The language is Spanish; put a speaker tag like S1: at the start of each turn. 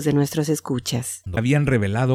S1: de nuestros escuchas.
S2: Habían revelado